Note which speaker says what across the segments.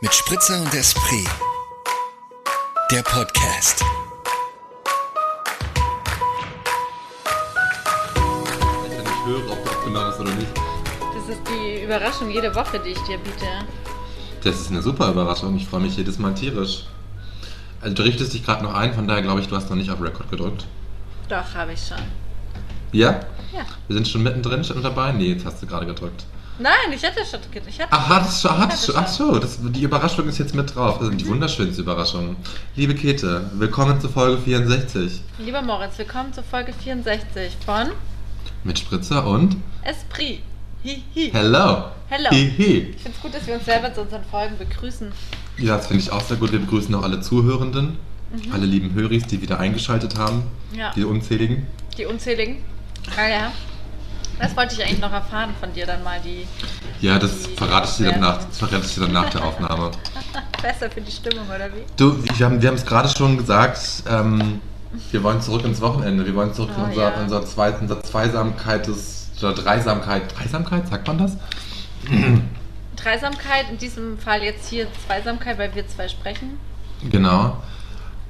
Speaker 1: Mit Spritzer und Esprit. Der Podcast.
Speaker 2: Ich kann nicht hören, ob du aufgenommen hast oder nicht.
Speaker 3: Das ist die Überraschung jede Woche, die ich dir biete.
Speaker 2: Das ist eine super Überraschung. Ich freue mich jedes Mal tierisch. Also du richtest dich gerade noch ein, von daher glaube ich, du hast noch nicht auf Record gedrückt.
Speaker 3: Doch, habe ich schon.
Speaker 2: Ja?
Speaker 3: Ja.
Speaker 2: Wir sind schon mittendrin schon dabei? Nee, jetzt hast du gerade gedrückt.
Speaker 3: Nein, ich hatte schon. ge- Ich hatte
Speaker 2: Ach, hattest du, hattest du,
Speaker 3: Hatte
Speaker 2: ach so, das, die Überraschung ist jetzt mit drauf. Das sind die wunderschönste Überraschung. Liebe Käthe, willkommen zu Folge 64.
Speaker 3: Lieber Moritz, willkommen zur Folge 64 von
Speaker 2: Mit Spritzer und
Speaker 3: Esprit. Hihi.
Speaker 2: Hello.
Speaker 3: Hello.
Speaker 2: Hihi.
Speaker 3: Ich finde es gut, dass wir uns selber zu unseren Folgen begrüßen.
Speaker 2: Ja, das finde ich auch sehr gut. Wir begrüßen auch alle Zuhörenden, alle lieben Höris, die wieder eingeschaltet haben,
Speaker 3: Ja,
Speaker 2: die unzähligen.
Speaker 3: die unzähligen. Ah ja. Das wollte ich eigentlich noch erfahren von dir dann mal, die
Speaker 2: Ja, das
Speaker 3: Die-
Speaker 2: verrate ich dir dann
Speaker 3: Ja.
Speaker 2: nach, das verrate ich dir dann nach der Aufnahme.
Speaker 3: besser für die Stimmung, oder wie?
Speaker 2: Du, wir haben wir haben es gerade schon gesagt, ähm, wir wollen zurück ins Wochenende, wir wollen zurück zu
Speaker 3: Oh,
Speaker 2: unserer,
Speaker 3: ja.
Speaker 2: unserer, zwei, unserer Zweisamkeit, des, oder Dreisamkeit, Dreisamkeit, sagt man das?
Speaker 3: Dreisamkeit, in diesem Fall jetzt hier Zweisamkeit, weil wir zwei sprechen.
Speaker 2: Genau.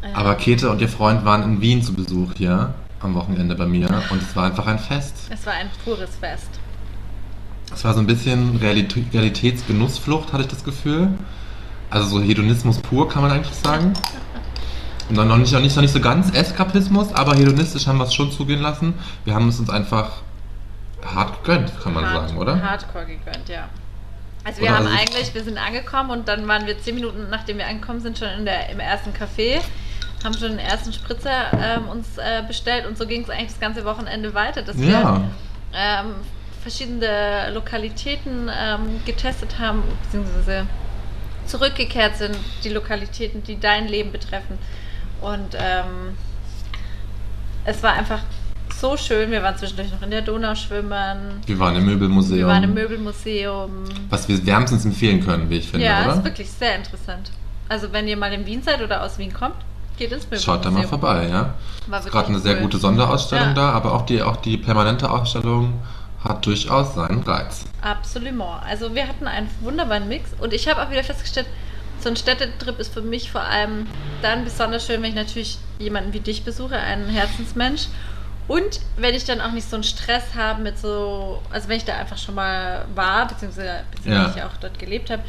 Speaker 3: Äh,
Speaker 2: Aber Käthe und ihr Freund waren in Wien zu Besuch hier am Wochenende bei mir und es war einfach ein Fest.
Speaker 3: es war ein pures Fest.
Speaker 2: Es war so ein bisschen Realitä- Realitätsgenussflucht, hatte ich das Gefühl. Also so Hedonismus pur, kann man eigentlich sagen. Und dann noch nicht, noch nicht, noch nicht so ganz Eskapismus, aber hedonistisch haben wir es schon zugehen lassen. Wir haben es uns einfach hart gegönnt, kann man
Speaker 3: Hard-
Speaker 2: sagen, oder?
Speaker 3: Hardcore gegönnt, ja. Also wir
Speaker 2: Oder
Speaker 3: haben
Speaker 2: also-
Speaker 3: eigentlich, wir sind angekommen und dann waren wir zehn Minuten, nachdem wir angekommen sind, schon in der, im ersten Café, haben schon den ersten Spritzer ähm, uns äh, bestellt und so ging es eigentlich das ganze Wochenende weiter, dass wir
Speaker 2: Ja,
Speaker 3: ähm, verschiedene Lokalitäten ähm, getestet haben, beziehungsweise zurückgekehrt sind, die Lokalitäten, die dein Leben betreffen. Und ähm, es war einfach so schön. Wir waren zwischendurch noch in der Donau schwimmen.
Speaker 2: wir waren im Möbelmuseum.
Speaker 3: Wir waren im Möbelmuseum.
Speaker 2: Was wir wärmstens empfehlen können, wie ich finde,
Speaker 3: ja, ist
Speaker 2: oder?
Speaker 3: wirklich sehr interessant. Also wenn ihr mal in Wien seid oder aus Wien kommt, geht ins Möbelmuseum.
Speaker 2: Schaut da mal vorbei, ja?
Speaker 3: War
Speaker 2: Ist
Speaker 3: wirklich
Speaker 2: gerade eine sehr
Speaker 3: cool.
Speaker 2: gute Sonderausstellung
Speaker 3: Ja.
Speaker 2: da, aber auch die, auch die permanente Ausstellung hat durchaus seinen Reiz.
Speaker 3: Absolut. Also wir hatten einen wunderbaren Mix und ich habe auch wieder festgestellt, so ein Städtetrip ist für mich vor allem dann besonders schön, wenn ich natürlich jemanden wie dich besuche, einen Herzensmensch. Und wenn ich dann auch nicht so einen Stress habe mit so, also wenn ich da einfach schon mal war, beziehungsweise, beziehungsweise
Speaker 2: Ja.
Speaker 3: ich auch dort gelebt habe,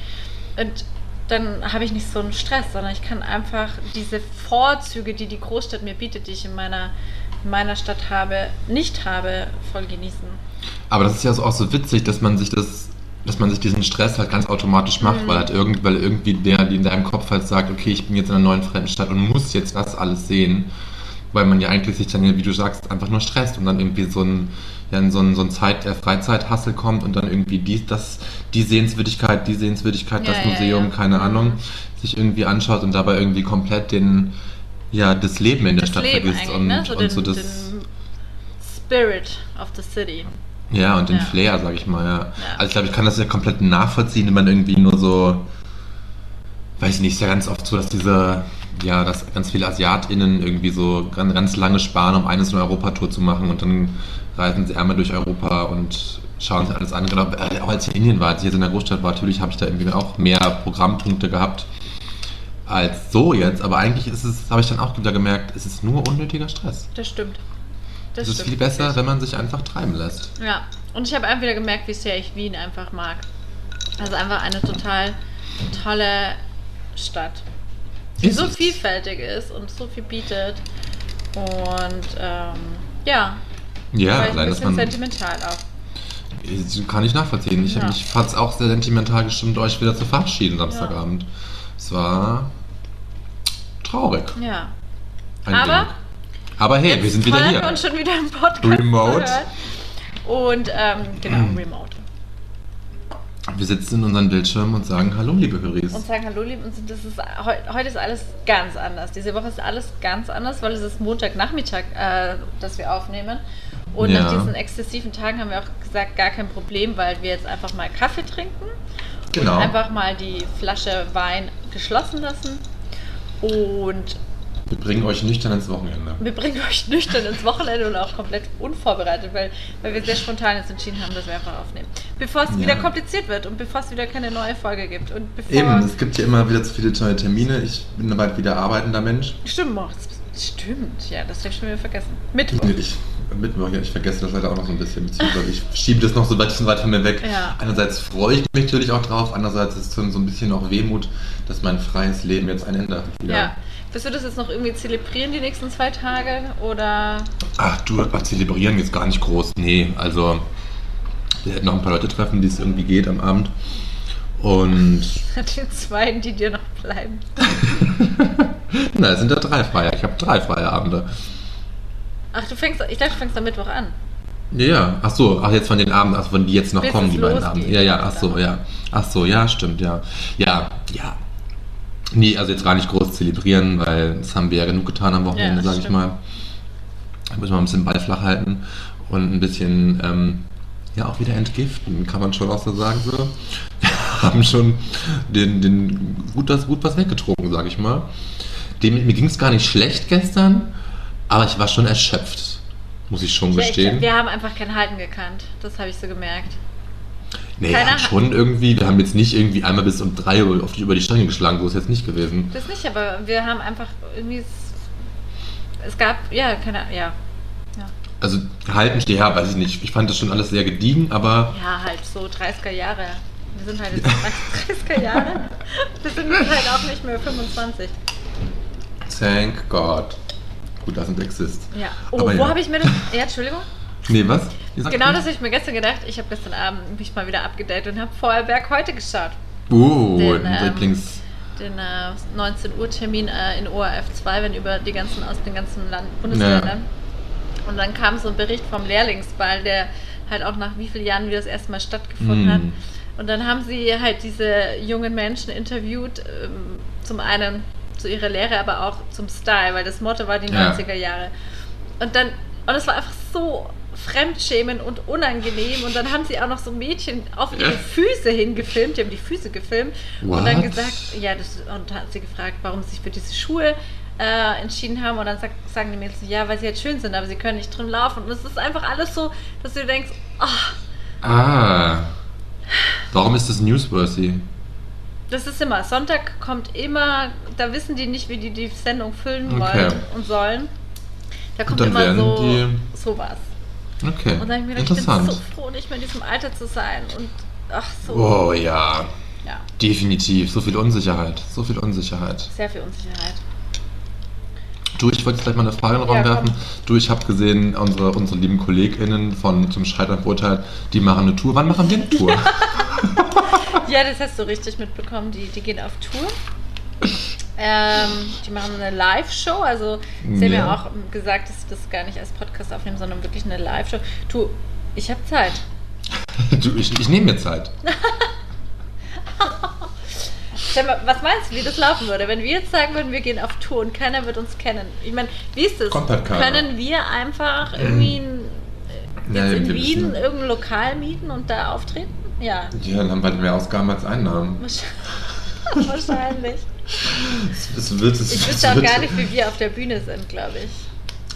Speaker 3: und dann habe ich nicht so einen Stress, sondern ich kann einfach diese Vorzüge, die die Großstadt mir bietet, die ich in meiner, in meiner Stadt habe, nicht habe, voll genießen.
Speaker 2: Aber das ist ja so- auch so witzig, dass man sich das, dass man sich diesen Stress halt ganz automatisch macht,
Speaker 3: Mhm.
Speaker 2: weil halt irgend, weil irgendwie der, die in deinem Kopf halt sagt, okay, ich bin jetzt in einer neuen fremden Stadt und muss jetzt das alles sehen, weil man ja eigentlich sich dann, ja, wie du sagst, einfach nur stresst und dann irgendwie so ein, ja, in so ein, so ein Zeit, äh, Freizeithassel kommt und dann irgendwie die, das, die Sehenswürdigkeit, die Sehenswürdigkeit,
Speaker 3: Ja,
Speaker 2: das
Speaker 3: ja,
Speaker 2: Museum,
Speaker 3: ja.
Speaker 2: keine Ahnung, sich irgendwie anschaut und dabei irgendwie komplett den, ja, das Leben in der Stadt vergisst
Speaker 3: eigentlich,
Speaker 2: und,
Speaker 3: ne? so
Speaker 2: und
Speaker 3: den,
Speaker 2: so das.
Speaker 3: den Spirit of the City.
Speaker 2: Ja, und den
Speaker 3: Ja.
Speaker 2: Flair, sag ich mal, ja.
Speaker 3: Ja.
Speaker 2: Also ich glaube, ich kann das ja komplett nachvollziehen, wenn man irgendwie nur so, weiß ich nicht, ist ja ganz oft so, dass diese, ja, dass ganz viele AsiatInnen irgendwie so ganz, ganz lange sparen, um eines eine Europatour zu machen und dann reisen sie einmal durch Europa und schauen sich alles an. Genau, äh, auch als ich in Indien war, als ich jetzt in der Großstadt war, natürlich habe ich da irgendwie auch mehr Programmpunkte gehabt als so jetzt, aber eigentlich ist es, habe ich dann auch wieder gemerkt, es ist nur unnötiger Stress.
Speaker 3: Das stimmt. Das
Speaker 2: es ist
Speaker 3: stimmt
Speaker 2: viel besser,
Speaker 3: wirklich.
Speaker 2: wenn man sich einfach treiben lässt.
Speaker 3: Ja, und ich habe einfach wieder gemerkt, wie sehr ich Wien einfach mag. Also einfach eine total tolle Stadt, die
Speaker 2: Ist
Speaker 3: so
Speaker 2: es.
Speaker 3: vielfältig ist und so viel bietet. Und ähm, ja,
Speaker 2: Ja,
Speaker 3: war ich ein
Speaker 2: allein, dass man.
Speaker 3: bisschen sentimental auch.
Speaker 2: Das Kann ich nachvollziehen. Ich
Speaker 3: Ja.
Speaker 2: habe mich fast auch sehr sentimental gestimmt, euch wieder zu verabschieden Samstagabend. Es war traurig.
Speaker 3: Ja.
Speaker 2: Ein
Speaker 3: Aber-
Speaker 2: wenig. Aber hey, wir
Speaker 3: Jetzt
Speaker 2: sind wieder
Speaker 3: freuen Wir
Speaker 2: hier.
Speaker 3: uns schon wieder im Podcast.
Speaker 2: Remote. Mm.
Speaker 3: zu hören. Und ähm, genau, remote.
Speaker 2: Wir sitzen in unseren Bildschirmen und sagen Hallo, liebe Höris.
Speaker 3: und sagen Hallo, lieben. Und das ist, heu, heute ist alles ganz anders. Diese Woche ist alles ganz anders, weil es ist Montagnachmittag, äh, dass wir aufnehmen. Und
Speaker 2: Ja.
Speaker 3: nach diesen exzessiven Tagen haben wir auch gesagt, gar kein Problem, weil wir jetzt einfach mal Kaffee trinken.
Speaker 2: Genau.
Speaker 3: Einfach mal die Flasche Wein geschlossen lassen. Und
Speaker 2: Wir bringen euch nüchtern ins Wochenende.
Speaker 3: Wir bringen euch nüchtern ins Wochenende und auch komplett unvorbereitet, weil, weil wir sehr spontan jetzt entschieden haben, dass wir einfach aufnehmen. Bevor es
Speaker 2: Ja.
Speaker 3: wieder kompliziert wird und bevor es wieder keine neue Folge gibt. Und bevor
Speaker 2: Eben, es gibt hier immer wieder zu viele neue Termine. Ich bin bald wieder arbeitender Mensch.
Speaker 3: Stimmt, Moritz. Stimmt, ja, das habe ich schon wieder vergessen. Mittwoch.
Speaker 2: Ich, Mittwoch, ja, ich vergesse das leider auch noch so ein bisschen. beziehungsweise Ich schiebe das noch so ein bisschen weit von mir weg.
Speaker 3: Ja.
Speaker 2: Einerseits freue ich mich natürlich auch drauf, andererseits ist so ein bisschen auch Wehmut, dass mein freies Leben jetzt ein Ende hat.
Speaker 3: Ja. Wirst du das jetzt noch irgendwie zelebrieren, die nächsten zwei Tage? Oder
Speaker 2: Ach du, wir zelebrieren jetzt gar nicht groß. Nee, also wir hätten noch ein paar Leute treffen, die es irgendwie geht am Abend. Und
Speaker 3: die zwei, die dir noch bleiben?
Speaker 2: na, es sind da drei freie. Ich habe drei freie Abende.
Speaker 3: Ach, du fängst, ich dachte, du fängst am Mittwoch an.
Speaker 2: Ja, ja. Ach so, ach jetzt von den Abend, ach von die jetzt noch
Speaker 3: Bis
Speaker 2: kommen,
Speaker 3: es
Speaker 2: die beiden
Speaker 3: losgeht.
Speaker 2: Abende. Ja, ja, ach so, ja. Ach so, ja, stimmt, ja. Ja, ja. Nee, also jetzt gar nicht groß zelebrieren, weil das haben wir ja genug getan am
Speaker 3: Ja,
Speaker 2: Wochenende,
Speaker 3: das
Speaker 2: sag ich
Speaker 3: stimmt.
Speaker 2: mal. Da müssen wir ein bisschen Ball flach halten und ein bisschen, ähm, ja, auch wieder entgiften, kann man schon auch so sagen, so. Wir haben schon den, den gut, das, gut was weggetrunken, sag ich mal. Dem, mir ging es gar nicht schlecht gestern, aber ich war schon erschöpft, muss ich schon
Speaker 3: Ja,
Speaker 2: gestehen.
Speaker 3: Ich, wir haben einfach kein Halten gekannt. Das habe ich so gemerkt.
Speaker 2: Nee,
Speaker 3: Keiner
Speaker 2: ja,
Speaker 3: hat-
Speaker 2: schon irgendwie. Wir haben jetzt nicht irgendwie einmal bis um 3 Uhr auf die, über die Stange geschlagen, so ist jetzt nicht gewesen.
Speaker 3: Das nicht, aber wir haben einfach irgendwie. s- Es gab, ja, keine Ahnung, ja.
Speaker 2: Also halten stehe her, weiß ich nicht. Ich fand das schon alles sehr gediegen, aber
Speaker 3: Ja, halt so 30er Jahre. Wir sind halt jetzt 30er Jahre. Wir sind halt auch nicht mehr 25.
Speaker 2: thank God. Gut, dass es existiert.
Speaker 3: Ja. Oh,
Speaker 2: Aber
Speaker 3: wo
Speaker 2: ja.
Speaker 3: habe ich mir das. Ja, Entschuldigung.
Speaker 2: Nee, was? Ihr sagt-
Speaker 3: Genau das habe ich mir gestern gedacht. Ich habe gestern Abend mich mal wieder abgedatet und habe Feuerberg heute geschaut.
Speaker 2: Oh,
Speaker 3: Den, ähm,
Speaker 2: Lieblings.
Speaker 3: Den äh, 19 Uhr Termin äh, in ORF 2, wenn über die ganzen aus den ganzen Land Bundesländern. Und dann kam so ein Bericht vom Lehrlingsball, der halt auch nach wie vielen Jahren wieder das erste Mal stattgefunden hat.
Speaker 2: Mm.
Speaker 3: Und dann haben sie halt diese jungen Menschen interviewt, ähm, zum einen zu ihrer Lehre, aber auch zum Style, weil das Motto war die
Speaker 2: Ja.
Speaker 3: 90er Jahre. Und dann, und es war einfach so fremdschämend und unangenehm. Und dann haben sie auch noch so Mädchen auf ihre
Speaker 2: Ja.
Speaker 3: Füße hingefilmt, die haben die Füße gefilmt und dann
Speaker 2: What?
Speaker 3: gesagt, ja, das, und hat sie gefragt, warum sie sich für diese Schuhe äh, entschieden haben. Und dann sagt, sagen die Mädels, ja, weil sie jetzt schön sind, aber sie können nicht drin laufen. Und es ist einfach alles so, dass du denkst, ah,
Speaker 2: Ah. Warum ist das newsworthy?
Speaker 3: Das ist immer. Sonntag kommt immer, da wissen die nicht, wie die die Sendung füllen
Speaker 2: Okay.
Speaker 3: wollen und sollen. Da kommt
Speaker 2: dann
Speaker 3: immer
Speaker 2: werden
Speaker 3: so
Speaker 2: die-
Speaker 3: sowas.
Speaker 2: Okay.
Speaker 3: Und dann hab ich mir gedacht, ich bin
Speaker 2: Interessant.
Speaker 3: so froh, nicht mehr in diesem Alter zu sein. Und ach so.
Speaker 2: oh ja,
Speaker 3: Ja,
Speaker 2: definitiv. So viel Unsicherheit. So viel Unsicherheit.
Speaker 3: sehr viel Unsicherheit.
Speaker 2: Du, ich wollte jetzt gleich mal eine Frage in den
Speaker 3: Ja,
Speaker 2: Raum
Speaker 3: komm.
Speaker 2: werfen. Du, ich habe gesehen, unsere, unsere lieben KollegInnen von zum Scheitern verurteilt, die machen eine Tour. Wann machen wir eine Tour?
Speaker 3: Ja, das hast du richtig mitbekommen. Die, die gehen auf Tour. Ähm, die machen eine Live-Show. Also, sie haben ja
Speaker 2: Ja.
Speaker 3: auch gesagt, dass sie das gar nicht als Podcast aufnehmen, sondern wirklich eine Live-Show. Du, ich habe Zeit.
Speaker 2: Du, ich, ich nehme mir Zeit.
Speaker 3: Stell mal, was meinst du, wie das laufen würde, wenn wir jetzt sagen würden, wir gehen auf Tour und keiner wird uns kennen? Ich meine, wie ist das?
Speaker 2: Kommt halt keiner. Mhm.
Speaker 3: Können wir einfach irgendwie in,
Speaker 2: Ja,
Speaker 3: jetzt in
Speaker 2: wir
Speaker 3: Wien
Speaker 2: müssen-
Speaker 3: irgendein Lokal mieten und da auftreten? Ja,
Speaker 2: Ja, dann haben wir mehr Ausgaben als Einnahmen.
Speaker 3: wahrsch- wahrscheinlich.
Speaker 2: Es, es wird, es
Speaker 3: Ich
Speaker 2: es
Speaker 3: wüsste auch
Speaker 2: wird,
Speaker 3: gar nicht, wie wir auf der Bühne sind, glaube ich.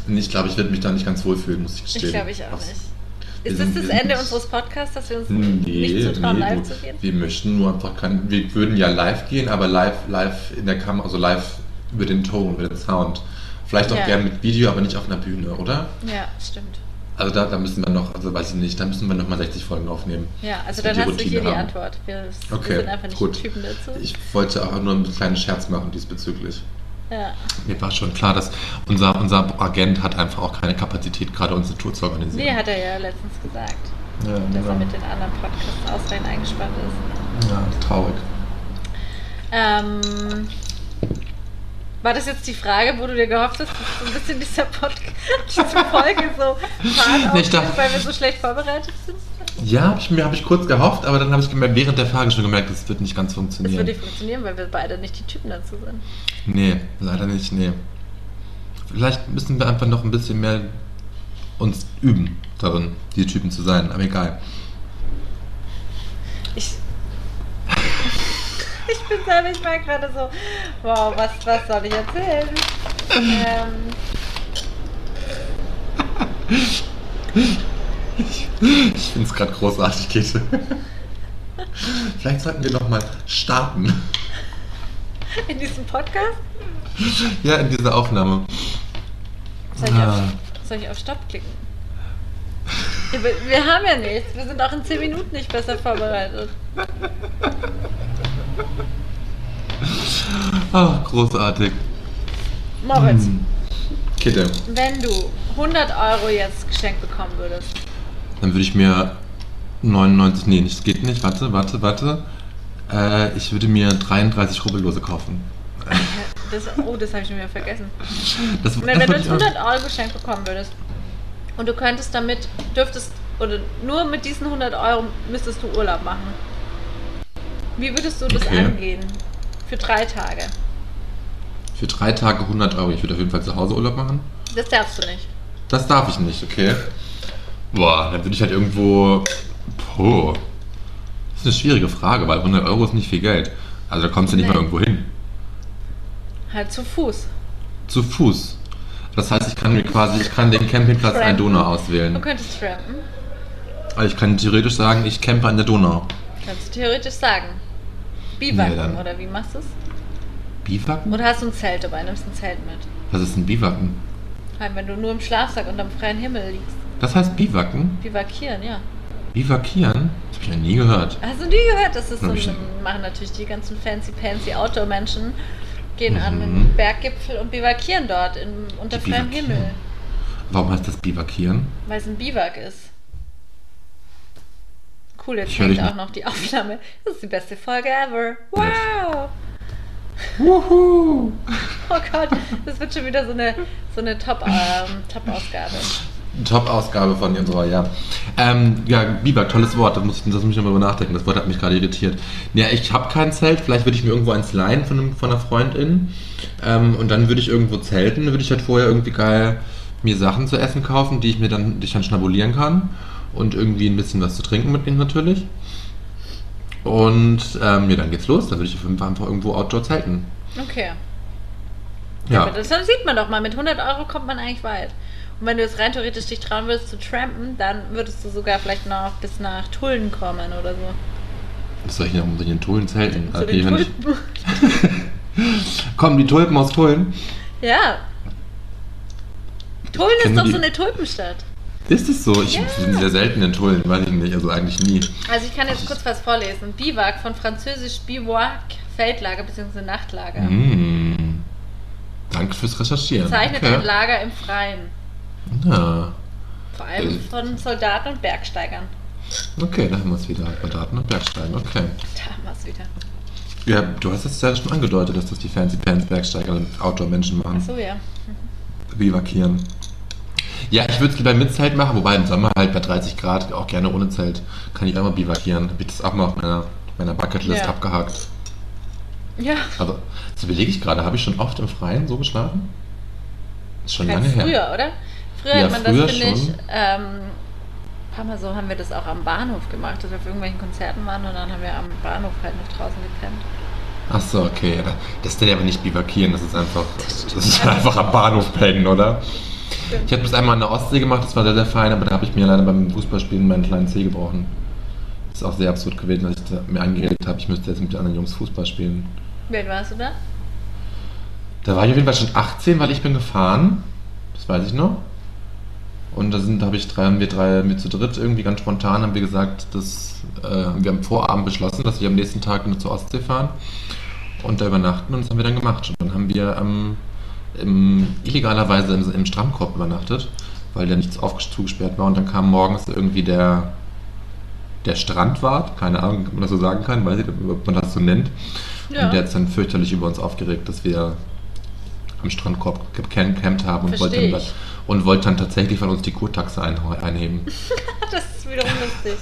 Speaker 2: Nee, Ich glaube, ich würde mich da nicht ganz wohlfühlen, muss ich gestehen.
Speaker 3: Ich glaube, ich auch
Speaker 2: Was-
Speaker 3: nicht.
Speaker 2: Wir
Speaker 3: Ist das
Speaker 2: sind-
Speaker 3: das
Speaker 2: wir sind-
Speaker 3: Ende unseres Podcasts, dass wir uns nicht
Speaker 2: Nee,
Speaker 3: zutrauen,
Speaker 2: nee,
Speaker 3: live
Speaker 2: du,
Speaker 3: zu gehen?
Speaker 2: wir möchten nur einfach kein, wir würden ja live gehen, aber live, live in der Kamera, also live über den Ton, über den Sound. Vielleicht auch
Speaker 3: Ja.
Speaker 2: gerne mit Video, aber nicht auf einer Bühne, oder?
Speaker 3: Ja, stimmt.
Speaker 2: Also da, da müssen wir noch, also weiß ich nicht, da müssen wir noch mal 60 Folgen aufnehmen.
Speaker 3: Ja, also
Speaker 2: Dass wir
Speaker 3: dann
Speaker 2: die
Speaker 3: hast du
Speaker 2: Routine
Speaker 3: hier die
Speaker 2: haben.
Speaker 3: Antwort. Wir, wir
Speaker 2: Okay,
Speaker 3: sind einfach nicht
Speaker 2: gut.
Speaker 3: die Typen dazu.
Speaker 2: Ich wollte auch nur einen kleinen Scherz machen diesbezüglich.
Speaker 3: ja.
Speaker 2: Mir war schon klar, dass unser, unser Agent hat einfach auch keine Kapazität, gerade unsere Tour zu organisieren.
Speaker 3: Nee, hat er ja letztens gesagt.
Speaker 2: ja, genau.
Speaker 3: dass er
Speaker 2: ja,
Speaker 3: mit den anderen Podcasts ausreichend eingespannt ist.
Speaker 2: ja, traurig.
Speaker 3: Ähm, war das jetzt die Frage, wo du dir gehofft hast, dass so ein bisschen dieser Podcast, diese Folge so fad
Speaker 2: Nee, ich
Speaker 3: aufnimmt,
Speaker 2: dachte-
Speaker 3: weil wir so schlecht vorbereitet sind?
Speaker 2: Ja, habe ich, mir- hab ich kurz gehofft, aber dann habe ich gemerkt, während der Frage schon gemerkt, das wird nicht ganz
Speaker 3: Das
Speaker 2: funktionieren.
Speaker 3: würde nicht funktionieren, weil wir beide nicht die Typen dazu sind.
Speaker 2: Nee, leider nicht, nee. Vielleicht müssen wir einfach noch ein bisschen mehr uns üben darin, die Typen zu sein, aber egal.
Speaker 3: Ich, Ich bin da nicht mal gerade so, wow, was, was soll ich erzählen? Ähm,
Speaker 2: Ich finde es gerade großartig, Käthe. Vielleicht sollten wir nochmal starten.
Speaker 3: in diesem Podcast?
Speaker 2: Ja, in dieser Aufnahme.
Speaker 3: Soll ich,
Speaker 2: Ah.
Speaker 3: auf, soll ich auf Stopp klicken? Ja, wir, wir haben ja nichts. Wir sind auch in 10 Minuten nicht besser vorbereitet.
Speaker 2: Ah, großartig.
Speaker 3: Moritz,
Speaker 2: Hm. Käthe,
Speaker 3: wenn du 100 Euro jetzt geschenkt bekommen würdest,
Speaker 2: dann würde ich mir 99, nee, das geht nicht, warte, warte, warte. Äh, ich würde mir 33 Rubbellose kaufen.
Speaker 3: das, oh, das habe ich schon wieder vergessen.
Speaker 2: Das,
Speaker 3: Wenn, wenn du
Speaker 2: würde
Speaker 3: jetzt
Speaker 2: ich
Speaker 3: 100 Euro geschenkt bekommen würdest und du könntest damit, dürftest, oder nur mit diesen 100 Euro müsstest du Urlaub machen. Wie würdest du das
Speaker 2: Okay.
Speaker 3: angehen? Für drei Tage.
Speaker 2: für drei Tage 100 Euro. Ich würde auf jeden Fall zu Hause Urlaub machen.
Speaker 3: Das darfst du nicht.
Speaker 2: Das darf ich nicht, okay? Boah, dann würde ich halt irgendwo. Puh. Das ist eine schwierige Frage, weil 100 Euro ist nicht viel Geld. Also da kommst du nicht
Speaker 3: Nee.
Speaker 2: mal irgendwo hin.
Speaker 3: Halt zu Fuß.
Speaker 2: Zu Fuß. Das heißt, ich kann mir quasi, ich kann den Campingplatz an der Donau
Speaker 3: Du
Speaker 2: auswählen.
Speaker 3: könntest trampen.
Speaker 2: Also ich kann theoretisch sagen, ich campe an der Donau.
Speaker 3: Kannst du theoretisch sagen. Biwaken,
Speaker 2: dann-
Speaker 3: oder wie machst du es?
Speaker 2: Biwaken?
Speaker 3: Oder hast du ein Zelt dabei, nimmst ein Zelt mit?
Speaker 2: Was ist ein Biwaken?
Speaker 3: Halt, wenn du nur im Schlafsack und am freien Himmel liegst.
Speaker 2: Das heißt Biwaken?
Speaker 3: Biwakieren, ja.
Speaker 2: Biwakieren? Das habe ich noch nie gehört.
Speaker 3: Hast du nie gehört? Das ist so
Speaker 2: Hab ich
Speaker 3: ein, machen natürlich die ganzen fancy fancy Outdoor-Menschen, gehen an
Speaker 2: Mhm.
Speaker 3: den Berggipfel und biwakieren dort in, unter
Speaker 2: Die
Speaker 3: freiem
Speaker 2: biwakieren.
Speaker 3: Himmel,
Speaker 2: Warum heißt das Biwakieren?
Speaker 3: weil es ein Biwak ist. Cool, jetzt
Speaker 2: Ich hör
Speaker 3: hängt
Speaker 2: dich
Speaker 3: auch
Speaker 2: nicht.
Speaker 3: noch die Aufnahme. Das ist die beste Folge ever. Wow!
Speaker 2: Wuhu!
Speaker 3: Oh Gott, das wird schon wieder so eine, so eine Top, ähm, Top-Ausgabe.
Speaker 2: Top-Ausgabe von unserer, ja. Ähm, ja, Biber, tolles Wort, da muss ich, das muss ich nochmal drüber nachdenken. Das Wort hat mich gerade irritiert. Ja, ich habe kein Zelt, vielleicht würde ich mir irgendwo eins leihen von, einem, von einer Freundin. Ähm, und dann würde ich irgendwo zelten, dann würde ich halt vorher irgendwie geil mir Sachen zu essen kaufen, die ich mir dann, die ich dann schnabulieren kann. Und irgendwie ein bisschen was zu trinken mitnehmen natürlich. Und ähm, ja, dann geht's los. Dann würde ich auf jeden Fall einfach irgendwo Outdoor zelten.
Speaker 3: Okay. Ja.
Speaker 2: Ja,
Speaker 3: Aber das sieht man doch mal. Mit 100 Euro kommt man eigentlich weit. Und wenn du jetzt rein theoretisch dich trauen würdest zu trampen, dann würdest du sogar vielleicht noch bis nach Tullen kommen oder so.
Speaker 2: was soll ich denn um den Tullen zelten?
Speaker 3: Zu
Speaker 2: Also,
Speaker 3: den
Speaker 2: wenn ich-
Speaker 3: Tulpen.
Speaker 2: Kommen die Tulpen aus Tullen?
Speaker 3: Ja. Tullen
Speaker 2: kenn
Speaker 3: ist doch
Speaker 2: die-
Speaker 3: so eine Tulpenstadt.
Speaker 2: Ist es so? Ich bin sehr selten in Tullen, weiß ich nicht, also eigentlich nie.
Speaker 3: Also ich kann jetzt kurz was vorlesen. Biwak von französisch Biwak, Feldlager bzw. Nachtlager.
Speaker 2: Mm. Danke fürs Recherchieren.
Speaker 3: Zeichnet ein
Speaker 2: okay.
Speaker 3: Lager im Freien.
Speaker 2: Ja.
Speaker 3: Vor allem
Speaker 2: Ähm.
Speaker 3: von Soldaten und Bergsteigern.
Speaker 2: Okay, da haben wir es wieder. Bei Daten und Bergsteigen, okay.
Speaker 3: Da haben wir es wieder.
Speaker 2: Oh. Ja, du hast es ja schon angedeutet, dass das die Fancy Pants Bergsteiger und Outdoor-Menschen machen.
Speaker 3: Achso, ja.
Speaker 2: Wie markieren. Ja, ich würde es lieber mit Zelt machen, wobei im Sommer halt bei 30 Grad auch gerne ohne Zelt kann ich auch mal bivakieren. Hab ich das auch mal auf meiner, meiner Bucketlist
Speaker 3: Ja.
Speaker 2: abgehakt.
Speaker 3: Ja.
Speaker 2: Aber das überlege ich gerade, habe ich schon oft im Freien so geschlafen? Ist schon
Speaker 3: Ganz
Speaker 2: lange her.
Speaker 3: früher, oder? Früher
Speaker 2: Ja,
Speaker 3: hat man das,
Speaker 2: früher
Speaker 3: finde ich,
Speaker 2: schon.
Speaker 3: ähm, ein paar Mal so haben wir das auch am Bahnhof gemacht, dass wir auf irgendwelchen Konzerten waren und dann haben wir am Bahnhof halt noch draußen gepennt.
Speaker 2: Ach so, okay. ja. Das ist dann ja aber nicht bivakieren, das ist einfach,
Speaker 3: Das
Speaker 2: das,
Speaker 3: stimmt.
Speaker 2: ist einfach am Bahnhof pennen, oder?
Speaker 3: Stimmt.
Speaker 2: Ich habe das einmal in der Ostsee gemacht, das war sehr, sehr fein, aber da habe ich mir leider beim Fußballspielen meinen kleinen Zeh gebrochen. Das ist auch sehr absurd gewesen, dass ich da mir angeredet habe, ich müsste jetzt mit den anderen Jungs Fußball spielen.
Speaker 3: Wie alt warst du da?
Speaker 2: Da war ich auf jeden Fall schon 18, weil ich bin gefahren. Das weiß ich noch. Und da sind, habe ich drei, haben wir drei, wir zu dritt irgendwie ganz spontan haben wir gesagt, dass äh, haben wir am Vorabend beschlossen, dass wir am nächsten Tag nur zur Ostsee fahren und da übernachten. Und das haben wir dann gemacht. Und dann haben wir ähm, im, illegalerweise im, im Strandkorb übernachtet, weil der nichts aufges- zugesperrt war. Und dann kam morgens irgendwie der der Strandwart, keine Ahnung, ob man das so sagen kann, weiß ich, nicht, ob man das so nennt.
Speaker 3: Ja.
Speaker 2: Und der hat sich dann fürchterlich über uns aufgeregt, dass wir am Strandkorb gecampt haben und wollte,
Speaker 3: Versteh
Speaker 2: dann,
Speaker 3: ich.
Speaker 2: und wollte dann tatsächlich von uns die Kurtaxe ein, einheben.
Speaker 3: Das ist wiederum lustig.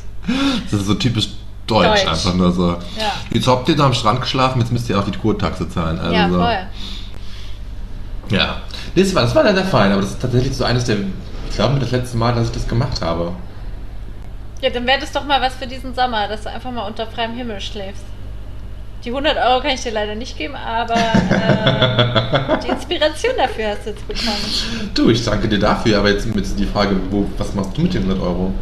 Speaker 2: Das ist so typisch deutsch,
Speaker 3: Deutsch.
Speaker 2: einfach nur so.
Speaker 3: Ja.
Speaker 2: Jetzt habt ihr da am Strand geschlafen, jetzt müsst ihr auch die Kurtaxe zahlen. Also
Speaker 3: ja,
Speaker 2: so.
Speaker 3: voll.
Speaker 2: Ja, Nee, das war, das war leider fein, aber das ist tatsächlich so eines der, ich glaube, das letzte Mal, dass ich das gemacht habe.
Speaker 3: Ja, dann wäre das doch mal was für diesen Sommer, dass du einfach mal unter freiem Himmel schläfst. Die 100 Euro kann ich dir leider nicht geben, aber äh, die Inspiration dafür hast du jetzt bekommen.
Speaker 2: Du, ich danke dir dafür, aber jetzt mit die Frage, wo, was machst du mit den 100 Euro?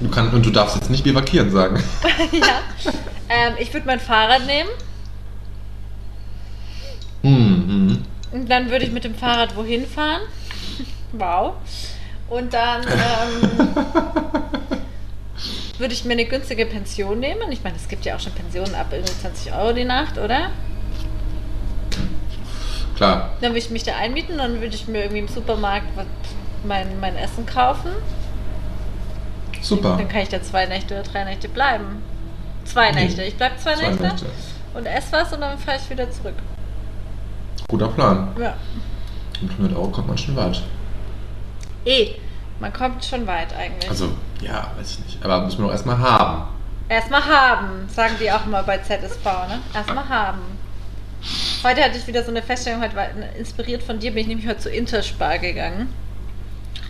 Speaker 2: Du kannst, und du darfst jetzt nicht bivakieren sagen.
Speaker 3: ja. Ähm, ich würde mein Fahrrad nehmen
Speaker 2: Hm, hm.
Speaker 3: und dann würde ich mit dem Fahrrad wohin fahren. Wow. Und dann ähm, würde ich mir eine günstige Pension nehmen. Ich meine, es gibt ja auch schon Pensionen ab irgendwie 20 Euro die Nacht, oder?
Speaker 2: hm. Klar.
Speaker 3: Dann würde ich mich da einmieten, dann würde ich mir irgendwie im Supermarkt was- mein, mein Essen kaufen.
Speaker 2: Super. Oh.
Speaker 3: Dann kann ich da zwei Nächte oder drei Nächte bleiben. Zwei
Speaker 2: Nee.
Speaker 3: Nächte. Ich bleibe zwei,
Speaker 2: Zwei
Speaker 3: Nächte,
Speaker 2: Nächte.
Speaker 3: und esse was und dann fahre ich wieder zurück.
Speaker 2: Guter Plan.
Speaker 3: Ja.
Speaker 2: Mit 100 Euro kommt man schon weit.
Speaker 3: Eh, man kommt schon weit eigentlich.
Speaker 2: Also, ja, weiß ich nicht. Aber muss man doch erstmal haben.
Speaker 3: Erstmal haben, sagen die auch immer bei ZSV, ne? Erstmal haben. Heute hatte ich wieder so eine Feststellung, heute war inspiriert von dir, bin ich nämlich heute zu Interspar gegangen.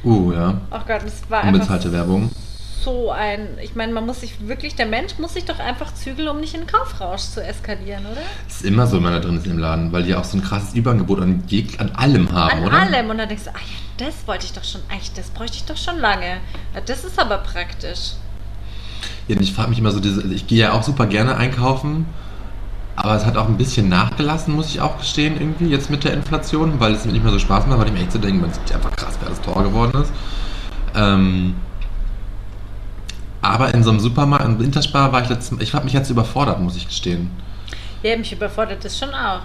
Speaker 2: Uh, ja.
Speaker 3: Ach Gott, es war einfach
Speaker 2: Unbezahlte Werbung.
Speaker 3: so ein. Ich meine, man muss sich wirklich, der Mensch muss sich doch einfach zügeln, um nicht in den Kaufrausch zu eskalieren, oder?
Speaker 2: Ist immer so, wenn man da drin ist im Laden, weil die ja auch so ein krasses Überangebot an, je, an allem haben,
Speaker 3: An
Speaker 2: oder?
Speaker 3: allem. Und dann denkst du, ah ja, das wollte ich doch schon, eigentlich, das bräuchte ich doch schon lange. Ja, das ist aber praktisch.
Speaker 2: Ja, ich frage mich immer so, diese, also ich gehe ja auch super gerne einkaufen, aber es hat auch ein bisschen nachgelassen, muss ich auch gestehen, irgendwie, jetzt mit der Inflation, weil es mir nicht mehr so Spaß macht, weil ich mir echt so denke, man ist einfach krass, wer alles teuer geworden ist. Ähm, aber in so einem Supermarkt, in Interspar war ich letztens, ich habe mich jetzt überfordert, muss ich gestehen.
Speaker 3: Ja, mich überfordert das schon auch.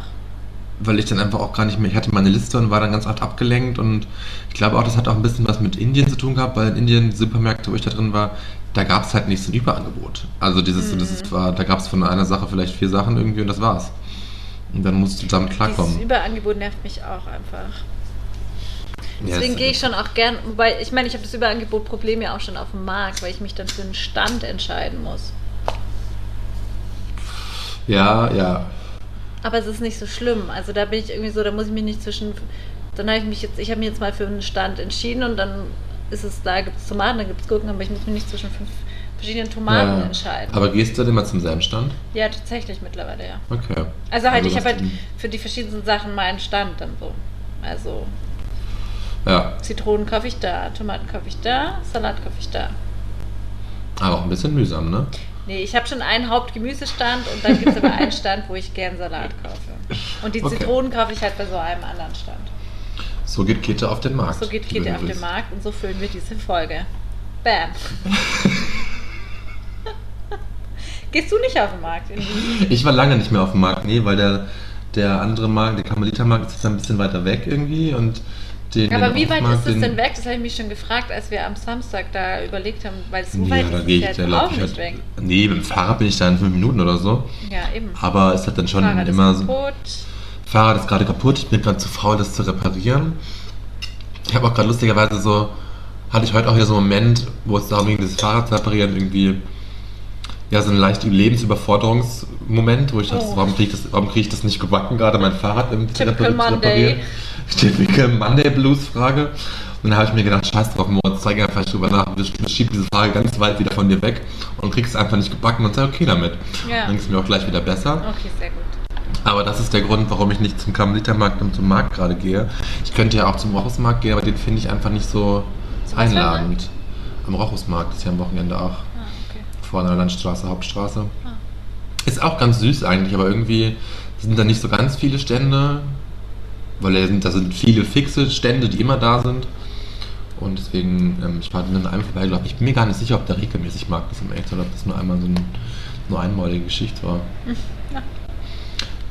Speaker 2: weil ich dann einfach auch gar nicht mehr, ich hatte meine Liste und war dann ganz oft abgelenkt und ich glaube auch, das hat auch ein bisschen was mit Indien zu tun gehabt, weil in Indien die Supermärkte, wo ich da drin war, da gab es halt nicht so ein Überangebot. Also dieses,
Speaker 3: Mhm.
Speaker 2: so, das ist, war, da gab es von einer Sache vielleicht vier Sachen irgendwie und das war's. Und dann musst du damit
Speaker 3: Dieses
Speaker 2: klarkommen.
Speaker 3: Überangebot nervt mich auch einfach.
Speaker 2: Ja,
Speaker 3: Deswegen
Speaker 2: das-
Speaker 3: gehe ich schon auch gern, wobei ich meine, ich habe das Überangebot-Problem ja auch schon auf dem Markt, weil ich mich dann für einen Stand entscheiden muss.
Speaker 2: Ja, ja.
Speaker 3: Aber es ist nicht so schlimm. Also da bin ich irgendwie so, da muss ich mich nicht zwischen. Dann habe ich mich jetzt, ich habe mich jetzt mal für einen Stand entschieden und dann ist es da, gibt es Tomaten, da gibt es Gurken, aber ich muss mich nicht zwischen fünf verschiedenen Tomaten
Speaker 2: ja, ja.
Speaker 3: entscheiden.
Speaker 2: Aber gehst du dann immer zum selben Stand?
Speaker 3: ja, tatsächlich mittlerweile, ja.
Speaker 2: Okay.
Speaker 3: Also halt,
Speaker 2: Also
Speaker 3: ich
Speaker 2: das-
Speaker 3: habe halt für die verschiedensten Sachen meinen Stand dann so. Also
Speaker 2: Ja,
Speaker 3: Zitronen kaufe ich da, Tomaten kaufe ich da, Salat kaufe ich da.
Speaker 2: aber auch ein bisschen mühsam, ne?
Speaker 3: Nee, ich habe schon einen Hauptgemüsestand und dann gibt es aber einen Stand, wo ich gern Salat kaufe. Und die
Speaker 2: Okay.
Speaker 3: Zitronen kaufe ich halt bei so einem anderen Stand.
Speaker 2: So geht Kete auf den Markt.
Speaker 3: So geht
Speaker 2: liebe
Speaker 3: Kete auf den
Speaker 2: Grüße.
Speaker 3: Markt und so füllen wir diese Folge. Bam. Gehst du nicht auf den Markt? In
Speaker 2: Ich war lange nicht mehr auf dem Markt, nee, weil der, der andere Markt, der Karmelitermarkt, ist jetzt ein bisschen weiter weg irgendwie und den.
Speaker 3: aber
Speaker 2: den
Speaker 3: wie weit
Speaker 2: Dorfmarkt,
Speaker 3: ist es
Speaker 2: den-
Speaker 3: denn weg? Das habe ich mich schon gefragt, als wir am Samstag da überlegt haben, weil so
Speaker 2: Ja,
Speaker 3: weit
Speaker 2: da
Speaker 3: ist es
Speaker 2: gehe ich,
Speaker 3: ja
Speaker 2: da
Speaker 3: jetzt auch
Speaker 2: laufe ich halt.
Speaker 3: nicht weg.
Speaker 2: Nee, mit dem Fahrrad bin ich da in fünf Minuten oder so.
Speaker 3: Ja, eben.
Speaker 2: Aber es hat dann schon
Speaker 3: Fahrrad
Speaker 2: immer
Speaker 3: ist
Speaker 2: so.
Speaker 3: kaputt.
Speaker 2: Fahrrad ist gerade kaputt, ich bin gerade zu faul, das zu reparieren. Ich habe auch gerade lustigerweise so, hatte ich heute auch wieder so einen Moment, wo es darum ging, das Fahrrad zu reparieren, irgendwie, ja, so einen leichten Lebensüberforderungsmoment, wo ich dachte,
Speaker 3: Oh.
Speaker 2: warum kriege ich, das- warum krieg ich das nicht gebacken, gerade mein Fahrrad im zu
Speaker 3: Typical
Speaker 2: reparieren- zu
Speaker 3: Monday.
Speaker 2: reparieren. Typical Monday Blues Frage. Und dann habe ich mir gedacht, scheiß drauf, Moritz, zeig einfach nicht drüber nach, Wir schieben diese Frage ganz weit wieder von dir weg und kriegst es einfach nicht gebacken und sei okay damit.
Speaker 3: Ja.
Speaker 2: Dann ging es mir auch gleich wieder besser.
Speaker 3: Okay, sehr gut.
Speaker 2: Aber das ist der Grund, warum ich nicht zum Karmelitermarkt und zum Markt gerade gehe. Ich könnte ja auch zum Rochusmarkt gehen, aber den finde ich einfach nicht so
Speaker 3: Zum was für ein
Speaker 2: einladend. Am Rochusmarkt ist ja am Wochenende auch
Speaker 3: Ah, okay.
Speaker 2: vor einer Landstraße, Hauptstraße.
Speaker 3: Ah.
Speaker 2: Ist auch ganz süß eigentlich, aber irgendwie sind da nicht so ganz viele Stände, weil da sind, da sind viele fixe Stände, die immer da sind. Und deswegen, ähm, ich war dann an einem vorbeigelaufen. Ich bin mir gar nicht sicher, ob der regelmäßig Markt ist im Echt oder ob das nur einmal so eine nur einmalige Geschichte war.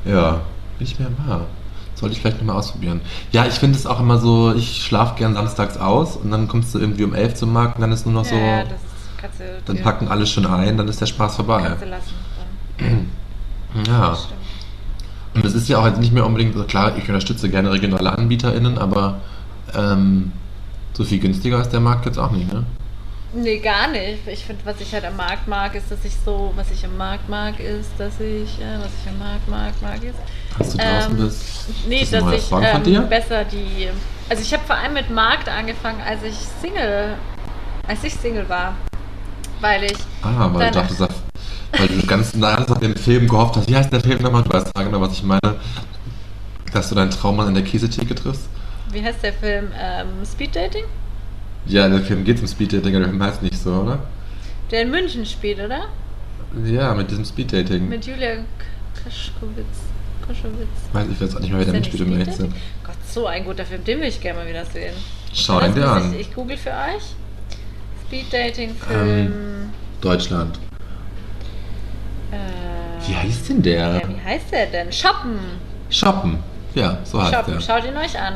Speaker 2: Ja, nicht mehr wahr. Sollte ich vielleicht nochmal ausprobieren. Ja, ich finde es auch immer so, ich schlafe gern samstags aus und dann kommst du irgendwie um 11 zum Markt und dann ist nur noch so,
Speaker 3: ja, ja, das ist, kannst du,
Speaker 2: dann packen alle schon ein, dann ist der Spaß vorbei.
Speaker 3: kannst du lassen. Dann.
Speaker 2: Ja.
Speaker 3: Stimmt.
Speaker 2: Und es ist ja auch jetzt nicht mehr unbedingt, also klar, ich unterstütze gerne regionale AnbieterInnen, aber ähm, so viel günstiger ist der Markt jetzt auch nicht, ne?
Speaker 3: Nee, gar nicht. Ich finde, was ich halt am Markt mag, ist, dass ich so, was ich am Markt mag, ist, dass ich, äh, was ich am Markt mag, mag, ist.
Speaker 2: Als du draußen
Speaker 3: Ähm,
Speaker 2: bist.
Speaker 3: Nee,
Speaker 2: ist das ein
Speaker 3: dass
Speaker 2: neuer
Speaker 3: ich
Speaker 2: Song von
Speaker 3: ähm,
Speaker 2: dir?
Speaker 3: besser die. Also ich habe vor allem mit Markt angefangen, als ich Single, als ich Single war. Weil ich.
Speaker 2: Ah, weil
Speaker 3: Deine-
Speaker 2: du dachtest, da- weil Weil dieses ganze, alles, was du im Film gehofft hast, wie heißt der Film nochmal? Du weißt genau, was ich meine. Dass du deinen Traummann an der Käsetheke triffst.
Speaker 3: Wie heißt der Film? Ähm, Speed Dating?
Speaker 2: Ja, der Film geht zum Speed-Dating, aber der Film heißt nicht so, oder?
Speaker 3: Der in München spielt, oder?
Speaker 2: Ja, mit diesem Speed-Dating.
Speaker 3: Mit Julia Kaschkowitz. Koschowitz.
Speaker 2: Weiß ich jetzt nicht mehr, wer damit spielt, um ehrlich zu sein.
Speaker 3: Gott, so ein guter Film, den will ich gerne mal wieder sehen.
Speaker 2: Schau ihn
Speaker 3: Das
Speaker 2: dir
Speaker 3: muss
Speaker 2: an. Ähm,
Speaker 3: Ich, ich google für euch. Speed Dating Film.
Speaker 2: Deutschland.
Speaker 3: äh,
Speaker 2: Wie heißt denn der?
Speaker 3: ja, wie heißt der denn? Shoppen.
Speaker 2: Shoppen. Ja, so heißt
Speaker 3: Shoppen.
Speaker 2: der.
Speaker 3: Schaut ihn euch an,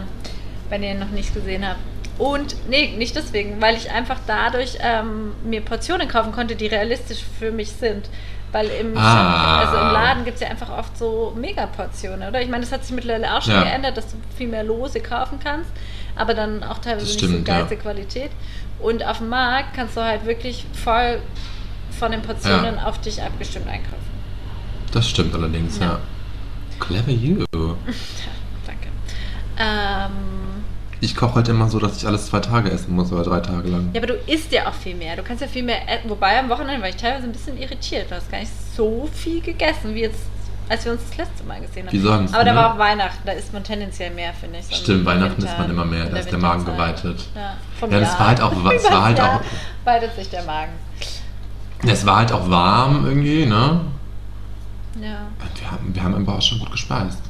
Speaker 3: wenn ihr ihn noch nicht gesehen habt. Und nee, nicht deswegen, weil ich einfach dadurch ähm, mir Portionen kaufen konnte, die realistisch für mich sind. Weil im,
Speaker 2: Ah.
Speaker 3: also im Laden gibt es ja einfach oft so Megaportionen, oder? Ich meine, das hat sich mittlerweile auch schon
Speaker 2: Ja.
Speaker 3: geändert, dass du viel mehr Lose kaufen kannst, aber dann auch teilweise
Speaker 2: Das
Speaker 3: nicht
Speaker 2: stimmt,
Speaker 3: so
Speaker 2: ja.
Speaker 3: geilste Qualität. Und auf dem Markt kannst du halt wirklich voll von den Portionen
Speaker 2: Ja.
Speaker 3: auf dich abgestimmt einkaufen.
Speaker 2: Das stimmt allerdings, ja.
Speaker 3: Ja.
Speaker 2: Clever you.
Speaker 3: Danke. Ähm,
Speaker 2: Ich koche halt immer so, dass ich alles zwei Tage essen muss oder drei Tage lang.
Speaker 3: Ja, aber du isst ja auch viel mehr. Du kannst ja viel mehr essen. Wobei am Wochenende war ich teilweise ein bisschen irritiert. Du hast gar nicht so viel gegessen, wie jetzt, als wir uns das letzte Mal gesehen haben.
Speaker 2: Wie sonst,
Speaker 3: aber da
Speaker 2: ne?
Speaker 3: war auch Weihnachten, da isst man tendenziell mehr, finde ich. so
Speaker 2: Stimmt,
Speaker 3: im
Speaker 2: Weihnachten
Speaker 3: Winter,
Speaker 2: isst man immer mehr,
Speaker 3: in
Speaker 2: da ist der Magen
Speaker 3: Winterzeit.
Speaker 2: geweitet.
Speaker 3: Ja, vom
Speaker 2: Ja, das
Speaker 3: Jahr.
Speaker 2: war halt auch- das war halt
Speaker 3: Jahr
Speaker 2: auch-
Speaker 3: Weitet sich der Magen.
Speaker 2: Es war halt auch warm irgendwie, ne?
Speaker 3: Ja.
Speaker 2: Und Wir haben, wir haben aber auch schon gut gespeist.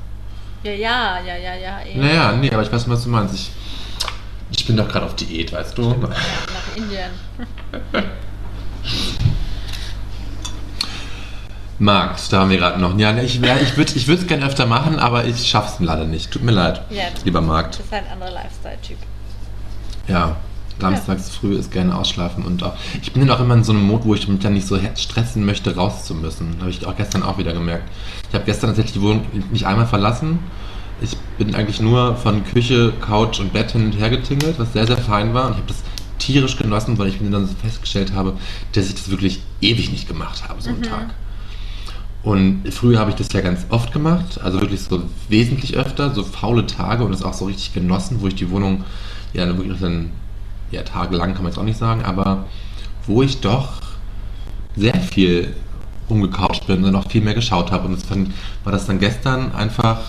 Speaker 3: Ja, ja, ja, ja, ja. eh.
Speaker 2: Naja, nee, aber ich weiß, was du meinst. Ich, ich bin doch gerade auf Diät, weißt du?
Speaker 3: Nach Indien.
Speaker 2: Max, da haben wir gerade noch. Ja, nee, ich, wär- ich würde es gerne öfter machen, aber ich schaff's leider nicht. Tut mir leid,
Speaker 3: Ja.
Speaker 2: lieber Markt.
Speaker 3: Das ist halt ein anderer Lifestyle-Typ.
Speaker 2: Ja, samstags früh ist gerne ausschlafen und auch. Ich bin dann auch immer in so einem Mod, wo ich mich dann nicht so he- stressen möchte, raus zu müssen. Habe ich auch gestern auch wieder gemerkt. Ich habe gestern tatsächlich die Wohnung nicht einmal verlassen. Ich bin eigentlich nur von Küche, Couch und Bett hin und her getingelt, was sehr, sehr fein war. Und ich habe das tierisch genossen, weil ich mir dann so festgestellt habe, dass ich das wirklich ewig nicht gemacht habe, so einen Tag. Und früher habe ich das ja ganz oft gemacht, also wirklich so wesentlich öfter, so faule Tage und das auch so richtig genossen, wo ich die Wohnung ja wirklich dann, ja, tagelang kann man jetzt auch nicht sagen, aber wo ich doch sehr viel umgekauft bin und noch viel mehr geschaut habe. Und das fand, war das dann gestern einfach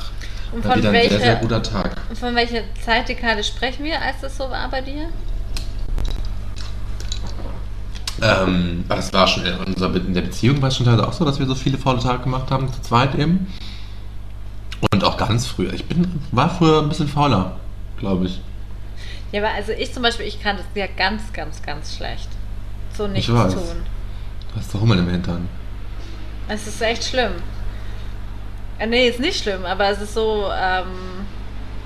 Speaker 3: Und
Speaker 2: mal
Speaker 3: von
Speaker 2: wieder ein sehr,
Speaker 3: welcher-
Speaker 2: sehr guter Tag.
Speaker 3: Und von welcher Zeitkarte sprechen wir, als das so war bei dir?
Speaker 2: Ähm, aber das war schon in, unserer, Be- in der Beziehung war es schon teilweise auch so, dass wir so viele faule Tage gemacht haben, zu zweit eben. Und auch ganz früher. Ich bin, war früher ein bisschen fauler, glaube ich.
Speaker 3: Ja, aber also ich zum Beispiel, ich kann das ja ganz, ganz, ganz schlecht. So nichts
Speaker 2: weiß.
Speaker 3: tun.
Speaker 2: Du hast doch Hummel im Hintern.
Speaker 3: Es ist echt schlimm. Äh, nee, ist nicht schlimm, aber es ist so ähm,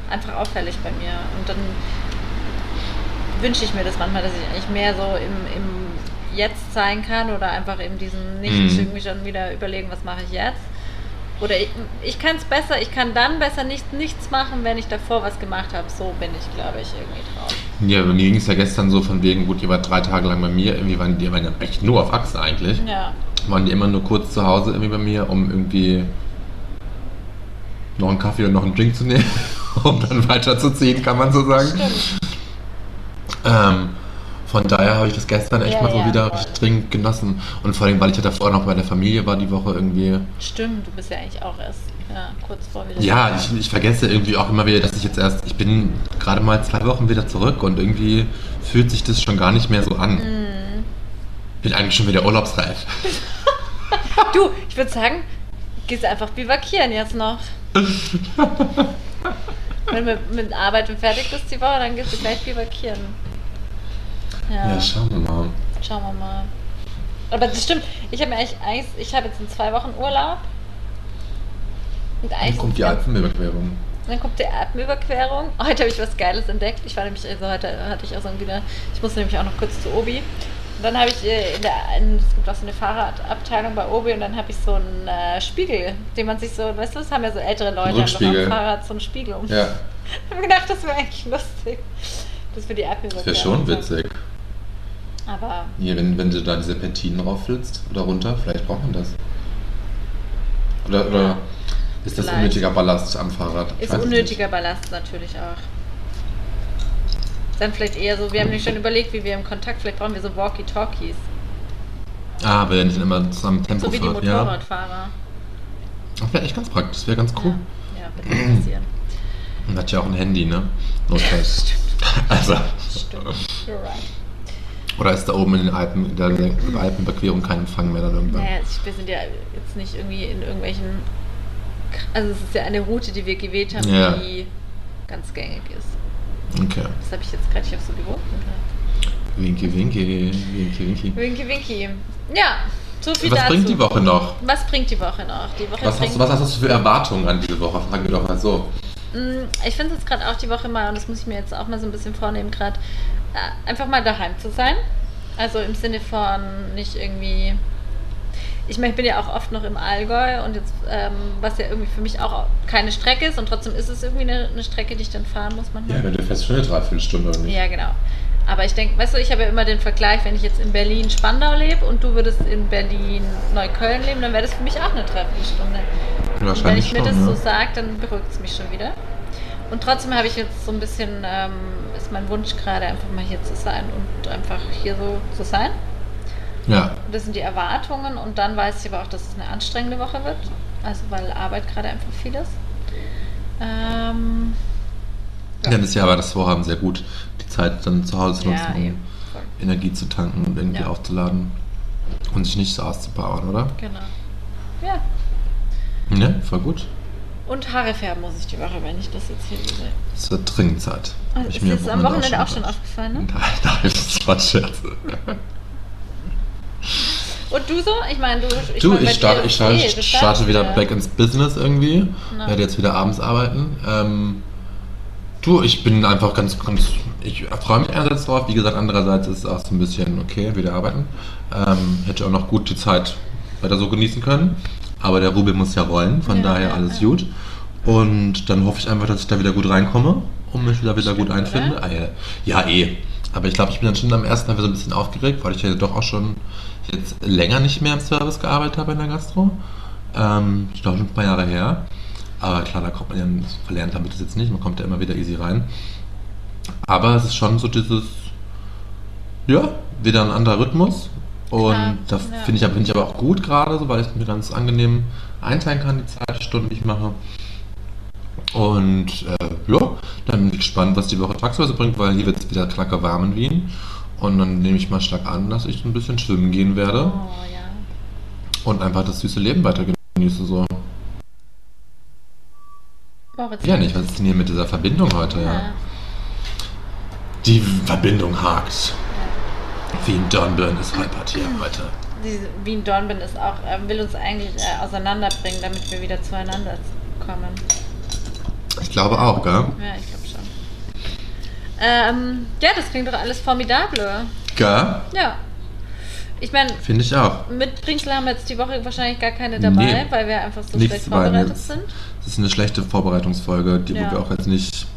Speaker 3: einfach auffällig bei mir. Und dann wünsche ich mir das manchmal, dass ich eigentlich mehr so im, im Jetzt sein kann oder einfach in diesem nicht
Speaker 2: Mhm.
Speaker 3: ich muss mich dann wieder überlegen, was mache ich jetzt. Oder ich, ich kann es besser, ich kann dann besser nicht, nichts machen, wenn ich davor was gemacht habe. So bin ich, glaube ich, irgendwie drauf.
Speaker 2: Ja, bei mir ging es ja gestern so von wegen, gut, ihr wart drei Tage lang bei mir, irgendwie waren die waren ja echt nur auf Achse eigentlich.
Speaker 3: Ja.
Speaker 2: Waren die immer nur kurz zu Hause irgendwie bei mir, um irgendwie noch einen Kaffee und noch einen Drink zu nehmen, um dann weiterzuziehen, kann man so sagen. Ähm, von daher habe ich das gestern echt
Speaker 3: Ja,
Speaker 2: mal so
Speaker 3: ja,
Speaker 2: wieder
Speaker 3: voll.
Speaker 2: richtig dringend genossen. Und vor allem, weil ich ja davor noch bei der Familie war die Woche irgendwie.
Speaker 3: Stimmt, du bist ja eigentlich auch erst ja, kurz vor wieder.
Speaker 2: Ja, ich, ich vergesse irgendwie auch immer wieder, dass ich jetzt erst, ich bin gerade mal zwei Wochen wieder zurück und irgendwie fühlt sich das schon gar nicht mehr so
Speaker 3: Mhm.
Speaker 2: an.
Speaker 3: Hm.
Speaker 2: Bin eigentlich schon wieder urlaubsreif.
Speaker 3: Du, ich würde sagen, gehst einfach bivakieren jetzt noch. Wenn du mit, mit Arbeiten fertig bist die Woche, dann gehst du gleich bivakieren.
Speaker 2: Ja,
Speaker 3: Ja,
Speaker 2: schauen wir mal.
Speaker 3: schauen wir mal. Aber das stimmt, ich habe mir eigentlich Angst, ich habe jetzt in zwei Wochen Urlaub. Und
Speaker 2: Dann
Speaker 3: eigentlich
Speaker 2: kommt die Alpenüberquerung.
Speaker 3: Dann kommt die Alpenüberquerung. Heute habe ich was Geiles entdeckt. Ich war nämlich, also heute hatte ich auch so ein wieder, ich musste nämlich auch noch kurz zu Obi. Und dann habe ich äh, in der, in, es gibt auch so eine Fahrradabteilung bei Obi und dann habe ich so einen äh, Spiegel, den man sich so, weißt du, das haben ja so ältere Leute einfach
Speaker 2: Rückspiegel.
Speaker 3: am Fahrrad so einen Spiegel um.
Speaker 2: Ja,
Speaker 3: Ich habe gedacht, das wäre eigentlich lustig. Das wäre die Alpenüberquerung.
Speaker 2: das wäre schon witzig.
Speaker 3: Aber
Speaker 2: Hier, wenn, wenn du da diese Serpentinen raufflitzt oder runter, vielleicht braucht man das. Oder, oder ist das
Speaker 3: Vielleicht.
Speaker 2: unnötiger Ballast am Fahrrad? Ich weiß
Speaker 3: ist
Speaker 2: es nicht.
Speaker 3: unnötiger Ballast natürlich auch. Dann vielleicht eher so, wir haben nämlich schon überlegt, wie wir im Kontakt, vielleicht brauchen wir so Walkie-Talkies.
Speaker 2: Ah, weil er nicht immer zusammen Tempo
Speaker 3: So wie die
Speaker 2: fährt, ja.
Speaker 3: Motorradfahrer.
Speaker 2: Das wäre echt ganz praktisch, das wäre ganz cool.
Speaker 3: Ja, ja wird nicht passieren.
Speaker 2: Und hat ja auch ein Handy, ne? Notfalls. also.
Speaker 3: Stimmt. You're right.
Speaker 2: Oder ist da oben in den Alpen, in der Alpenüberquerung kein Empfang mehr dann irgendwann?
Speaker 3: Naja, es- wir sind ja jetzt nicht irgendwie in irgendwelchen. Also, es ist ja eine Route, die wir gewählt haben,
Speaker 2: Ja.
Speaker 3: die ganz gängig ist.
Speaker 2: Okay.
Speaker 3: Das habe ich jetzt gerade nicht auf so gewunken.
Speaker 2: Winki, winki, winki, winki.
Speaker 3: Winky, winky. Ja, so viel
Speaker 2: Was
Speaker 3: dazu.
Speaker 2: bringt die Woche noch?
Speaker 3: Was bringt die Woche noch? Die Woche
Speaker 2: Was
Speaker 3: bringt,
Speaker 2: hast, du, was hast du für Erwartungen an diese Woche? Fragen wir doch mal so.
Speaker 3: Mm, Ich finde es jetzt gerade auch die Woche mal, und das muss ich mir jetzt auch mal so ein bisschen vornehmen, gerade äh, einfach mal daheim zu sein. Also im Sinne von nicht irgendwie. Ich meine, ich bin ja auch oft noch im Allgäu und jetzt, ähm, was ja irgendwie für mich auch keine Strecke ist und trotzdem ist es irgendwie eine, eine Strecke, die ich dann fahren muss manchmal.
Speaker 2: Ja, wenn du fest schon eine Dreiviertelstunde oder nicht?
Speaker 3: Ja, genau. Aber ich denke, weißt du, ich habe ja immer den Vergleich, wenn ich jetzt in Berlin-Spandau lebe und du würdest in Berlin-Neukölln leben, dann wäre das für mich auch eine Dreiviertelstunde. Und wenn
Speaker 2: Wahrscheinlich
Speaker 3: ich mir das
Speaker 2: schon, ne?
Speaker 3: so
Speaker 2: ja.
Speaker 3: sage, dann beruhigt es mich schon wieder. Und trotzdem habe ich jetzt so ein bisschen, ähm, ist mein Wunsch gerade, einfach mal hier zu sein und einfach hier so zu sein.
Speaker 2: ja.
Speaker 3: Und Das sind die Erwartungen und dann weiß ich aber auch, dass es eine anstrengende Woche wird. Also weil Arbeit gerade einfach viel ist. Ähm,
Speaker 2: Ja, das ist ja aber das Vorhaben sehr gut, die Zeit dann zu Hause zu nutzen,
Speaker 3: ja,
Speaker 2: um
Speaker 3: eben. Voll.
Speaker 2: Energie zu tanken und irgendwie
Speaker 3: Ja.
Speaker 2: aufzuladen und sich nicht so auszupowern, oder?
Speaker 3: Genau. Ja.
Speaker 2: Ne, voll gut.
Speaker 3: Und Haare färben muss ich die Woche, wenn ich das jetzt hier sehe.
Speaker 2: Es wird dringend Zeit. Hab
Speaker 3: Also ist jetzt am Wochenende auch schon
Speaker 2: gedacht.
Speaker 3: aufgefallen, ne?
Speaker 2: Nein, nein, das war ein Scherz.
Speaker 3: Und du so? Ich meine, du. Ich
Speaker 2: Du,
Speaker 3: mein, bei
Speaker 2: ich starte,
Speaker 3: dir-
Speaker 2: ich
Speaker 3: Nee,
Speaker 2: starte,
Speaker 3: du startest
Speaker 2: starte wieder
Speaker 3: ja.
Speaker 2: back ins Business irgendwie.
Speaker 3: Na.
Speaker 2: Werde jetzt wieder abends arbeiten. Ähm, du, ich bin einfach ganz, ganz. Ich freue mich einerseits drauf. Wie gesagt, andererseits ist es auch so ein bisschen okay, wieder arbeiten. Ähm, hätte auch noch gut die Zeit weiter so genießen können. Aber der Rubel muss ja rollen, von
Speaker 3: Ja,
Speaker 2: daher
Speaker 3: ja,
Speaker 2: alles
Speaker 3: ja.
Speaker 2: gut. Und dann hoffe ich einfach, dass ich da wieder gut reinkomme und mich da wieder
Speaker 3: Stimmt,
Speaker 2: gut einfinde.
Speaker 3: oder?
Speaker 2: Ah, ja. ja, eh. Aber ich glaube, ich bin dann schon am ersten Mal wieder so ein bisschen aufgeregt, weil ich ja doch auch schon jetzt länger nicht mehr im Service gearbeitet habe in der Gastro. Ähm, ich glaube schon ein paar Jahre her. Aber klar, da kommt man ja verlernt damit das jetzt nicht. Man kommt ja immer wieder easy rein. Aber es ist schon so dieses, ja, wieder ein anderer Rhythmus. Und
Speaker 3: Klar,
Speaker 2: das
Speaker 3: ja.
Speaker 2: finde ich, aber- finde ich aber auch gut gerade, so, weil ich mir ganz angenehm einteilen kann, die Zeit, die Stunden, die ich mache. Und äh, ja, dann bin ich gespannt, was die Woche tagsüber so bringt, weil hier wird es wieder knacke warm in Wien. Und dann nehme ich mal stark an, dass ich ein bisschen schwimmen gehen werde
Speaker 3: Oh ja.
Speaker 2: und einfach das süße Leben weiter genieße. So.
Speaker 3: Moritz.
Speaker 2: Ja, nicht, was ist denn hier mit dieser Verbindung heute? Ja.
Speaker 3: Ja.
Speaker 2: Die Verbindung hakt.
Speaker 3: Ja.
Speaker 2: Wie ein Dornbirn ist holpert hier heute.
Speaker 3: Diese Wien Dornbirn ist auch, ähm, will uns eigentlich äh, auseinanderbringen, damit wir wieder zueinander kommen.
Speaker 2: Ich glaube auch, gell?
Speaker 3: Ja, ich glaube schon. Ähm, ja, das klingt doch alles formidable.
Speaker 2: Gell?
Speaker 3: Ja. Ich meine,
Speaker 2: Finde ich auch.
Speaker 3: mit Bringsel haben wir jetzt die Woche wahrscheinlich gar keine dabei,
Speaker 2: Nee.
Speaker 3: weil wir einfach so
Speaker 2: Nichts
Speaker 3: schlecht
Speaker 2: dabei, ne?
Speaker 3: vorbereitet
Speaker 2: nee.
Speaker 3: sind.
Speaker 2: Das ist eine schlechte Vorbereitungsfolge, die
Speaker 3: Ja.
Speaker 2: wo wir auch jetzt nicht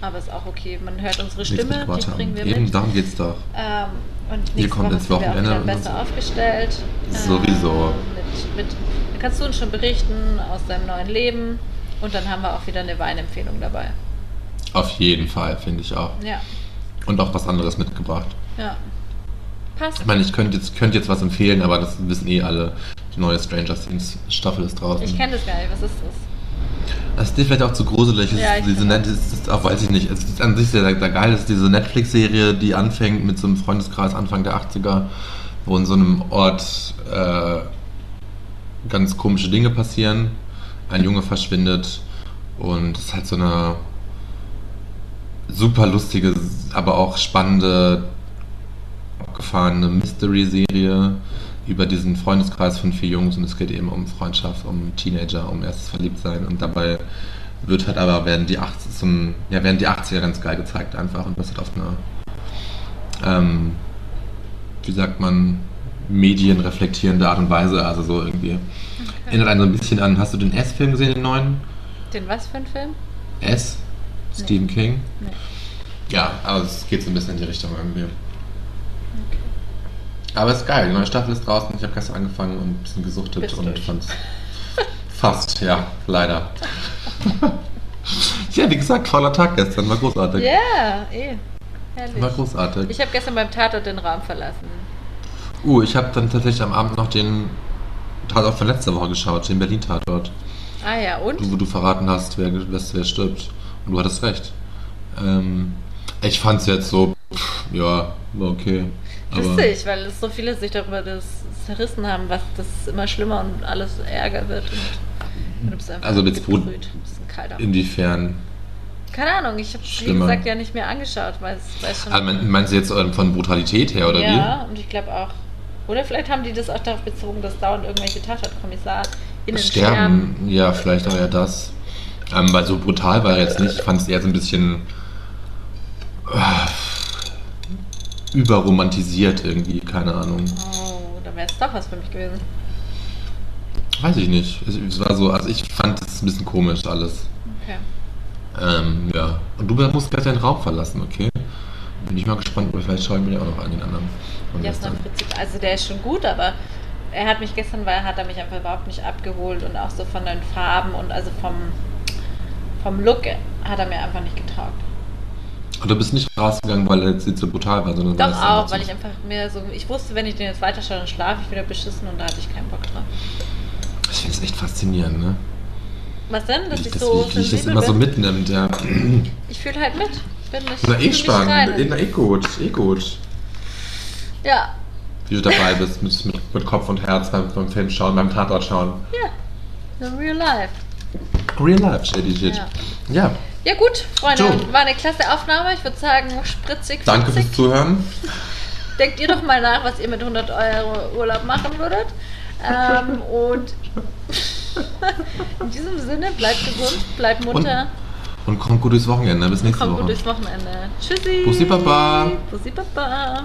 Speaker 3: Aber ist auch okay. Man hört unsere
Speaker 2: nichts
Speaker 3: Stimme, die
Speaker 2: mitgebracht haben.
Speaker 3: bringen wir
Speaker 2: Eben,
Speaker 3: mit.
Speaker 2: darum geht's doch.
Speaker 3: Ähm, und
Speaker 2: Ihr
Speaker 3: nächste
Speaker 2: kommt
Speaker 3: Woche
Speaker 2: ins
Speaker 3: sind wir auch
Speaker 2: Wochenende
Speaker 3: wieder
Speaker 2: und
Speaker 3: besser aufgestellt.
Speaker 2: Sowieso.
Speaker 3: Ähm, mit, mit, da kannst du uns schon berichten aus deinem neuen Leben. Und dann haben wir auch wieder eine Weinempfehlung dabei.
Speaker 2: Auf jeden Fall, finde ich auch.
Speaker 3: Ja,
Speaker 2: Und auch was anderes mitgebracht.
Speaker 3: ja. Passt.
Speaker 2: Ich meine, ich könnte jetzt, könnte jetzt was empfehlen, aber das wissen eh alle. Die neue Stranger Things Staffel ist draußen.
Speaker 3: Ich kenne das gar nicht. Was ist das?
Speaker 2: Das ist dir vielleicht auch zu gruselig. Es
Speaker 3: Ja,
Speaker 2: ist
Speaker 3: ich
Speaker 2: diese
Speaker 3: find
Speaker 2: Net es ist, auch weiß ich nicht. Es ist an sich sehr, sehr geil. Es ist diese Netflix-Serie, die anfängt mit so einem Freundeskreis Anfang der 80er, wo in so einem Ort äh, ganz komische Dinge passieren. Ein Junge verschwindet und es ist halt so eine super lustige, aber auch spannende, abgefahrene Mystery-Serie über diesen Freundeskreis von vier Jungs und es geht eben um Freundschaft, um Teenager, um erstes Verliebtsein und dabei wird halt aber werden die 80, zum, ja, werden die 80er ganz geil gezeigt einfach und das hat auf eine ähm, wie sagt man medienreflektierende Art und Weise, also so irgendwie erinnert einen so ein bisschen an, hast du den S-Film gesehen, den neuen?
Speaker 3: Den was für ein Film?
Speaker 2: S? Stephen King?
Speaker 3: Nee.
Speaker 2: Ja, aber es geht so ein bisschen in die Richtung irgendwie. Aber es ist geil, die neue Staffel ist draußen. Ich habe gestern angefangen und ein bisschen gesuchtet
Speaker 3: Bist
Speaker 2: und
Speaker 3: durch.
Speaker 2: fand's. Fast, ja, leider. ja, wie gesagt, voller Tag gestern, war großartig.
Speaker 3: Ja, eh. Herrlich.
Speaker 2: War großartig.
Speaker 3: Ich habe gestern beim Tatort den Raum verlassen.
Speaker 2: Uh, ich habe dann tatsächlich am Abend noch den Tatort von letzter Woche geschaut, den Berlin-Tatort.
Speaker 3: Ah ja, und?
Speaker 2: Du, wo du verraten hast, wer, wer, wer stirbt. Und du hattest recht. Ähm, ich fand's jetzt so, pff, ja, war okay.
Speaker 3: Lustig, weil es so viele sich darüber das zerrissen haben, was das immer schlimmer und alles ärger wird. Und du bist einfach
Speaker 2: Also jetzt wo-
Speaker 3: gebrüht. Du bist ein kalter.
Speaker 2: Inwiefern?
Speaker 3: Keine Ahnung, ich habe wie
Speaker 2: Schlimmer.
Speaker 3: gesagt ja nicht mehr angeschaut, weil es weiß schon.
Speaker 2: Ah, mein- meinst du jetzt ähm, von Brutalität her, oder
Speaker 3: ja, und ich glaube auch. Oder vielleicht haben die das auch darauf bezogen, dass dauernd irgendwelche
Speaker 2: wie?
Speaker 3: TatorkommissarInnen
Speaker 2: Sterben. Ja, vielleicht auch ja das. Ähm, weil so brutal war er jetzt nicht. Ich fand es eher so ein bisschen äh, überromantisiert irgendwie, keine Ahnung.
Speaker 3: Oh, dann wäre es doch was für mich gewesen.
Speaker 2: Weiß ich nicht. Es, es war so, also ich fand es ein bisschen komisch alles.
Speaker 3: Okay.
Speaker 2: Ähm, ja. Und du musst gleich deinen Raum verlassen, okay? Bin ich mal gespannt, aber vielleicht schaue ich mir den auch noch an den anderen. von
Speaker 3: Ja, ist
Speaker 2: gestern.
Speaker 3: im Prinzip, also der ist schon gut, aber er hat mich gestern, weil hat er mich einfach überhaupt nicht abgeholt und auch so von den Farben und also vom, vom Look hat er mir einfach nicht getaugt.
Speaker 2: Und du bist nicht rausgegangen, weil er jetzt so brutal war, sondern weil
Speaker 3: Doch
Speaker 2: es
Speaker 3: auch,
Speaker 2: einfach
Speaker 3: weil
Speaker 2: so-
Speaker 3: ich einfach mir so, ich wusste, wenn ich den jetzt weiterschaue, dann schlafe ich wieder beschissen und da hatte ich keinen Bock drauf.
Speaker 2: Ich finde es echt faszinierend, ne?
Speaker 3: Was denn? Dass ich,
Speaker 2: das,
Speaker 3: so
Speaker 2: wie dich das
Speaker 3: sensibel ne?
Speaker 2: immer so
Speaker 3: bin?
Speaker 2: mitnimmt, ja.
Speaker 3: Ich fühle halt mit. Ich bin nicht,
Speaker 2: Na,
Speaker 3: ich
Speaker 2: eh
Speaker 3: fühl mich
Speaker 2: spannend,
Speaker 3: rein.
Speaker 2: na, eh gut, eh gut.
Speaker 3: Ja,
Speaker 2: Wie du dabei bist, mit, mit, mit Kopf und Herz beim, beim Film schauen, beim Tatort schauen.
Speaker 3: ja. The real life.
Speaker 2: Real life, shady shit.
Speaker 3: Ja.
Speaker 2: ja.
Speaker 3: Ja gut, Freunde,
Speaker 2: Jo.
Speaker 3: war eine klasse Aufnahme. Ich würde sagen, spritzig,
Speaker 2: Danke
Speaker 3: fitzig.
Speaker 2: fürs Zuhören.
Speaker 3: Denkt ihr doch mal nach, was ihr mit 100 Euro Urlaub machen würdet. Ähm, und in diesem Sinne, bleibt gesund, bleibt munter.
Speaker 2: Und kommt gut durchs Wochenende. ne? Bis nächste
Speaker 3: Kommt
Speaker 2: Woche.
Speaker 3: gut durchs Wochenende. Tschüssi.
Speaker 2: Bussi Baba.
Speaker 3: Bussi Baba.